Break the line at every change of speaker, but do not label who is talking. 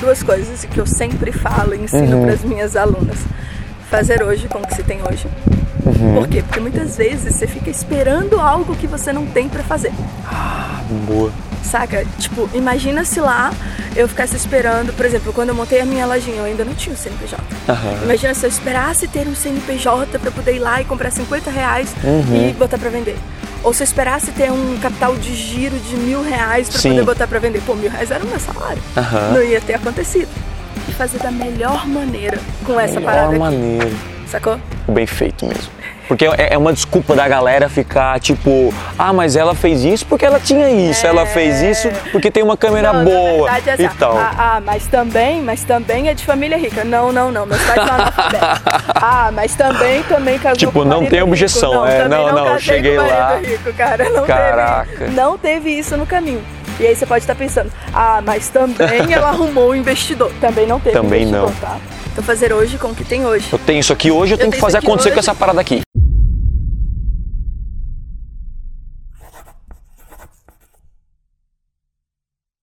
duas coisas que eu sempre falo e ensino para as minhas alunas. Fazer hoje com o que se tem hoje. Por quê? Porque muitas vezes você fica esperando algo que você não tem para fazer.
Boa.
Saca? Tipo, imagina se lá eu ficasse esperando, por exemplo, quando eu montei a minha lojinha, eu ainda não tinha o CNPJ.
Aham.
Imagina se eu esperasse ter um CNPJ para poder ir lá e comprar 50 reais
Uhum.
e botar para vender. Ou se eu esperasse ter um capital de giro de mil reais para
Sim.
poder botar para vender. Pô, mil reais era o meu salário.
Aham.
Não ia ter acontecido. E fazer da melhor maneira com essa
Melhor
parada aqui,
É maneira.
sacou?
Bem feito mesmo. Porque é é uma desculpa da galera ficar tipo, ah, mas ela fez isso porque ela tinha isso, ela fez isso porque tem uma câmera
É. Não, na
boa Então.
verdade,
e
assim,
tal.
Ah, ah, mas também, mas também é de família rica. Não, não, não, meus pais são analfabetos. Ah, mas também, também casou
Tipo,
com
não
marido
tem
rico.
objeção,
Não,
é,
também
não, não,
casei
cheguei
com marido
lá.
rico, cara, não
Caraca.
Teve, não teve isso no caminho. E aí você pode estar pensando, ah, mas também ela arrumou um investidor. Também não teve
Também
investidor,
não.
tá? Então fazer hoje com o que tem hoje.
Eu tenho isso aqui hoje, eu
tenho
tenho que
isso
fazer
aqui
acontecer com
hoje.
essa parada aqui.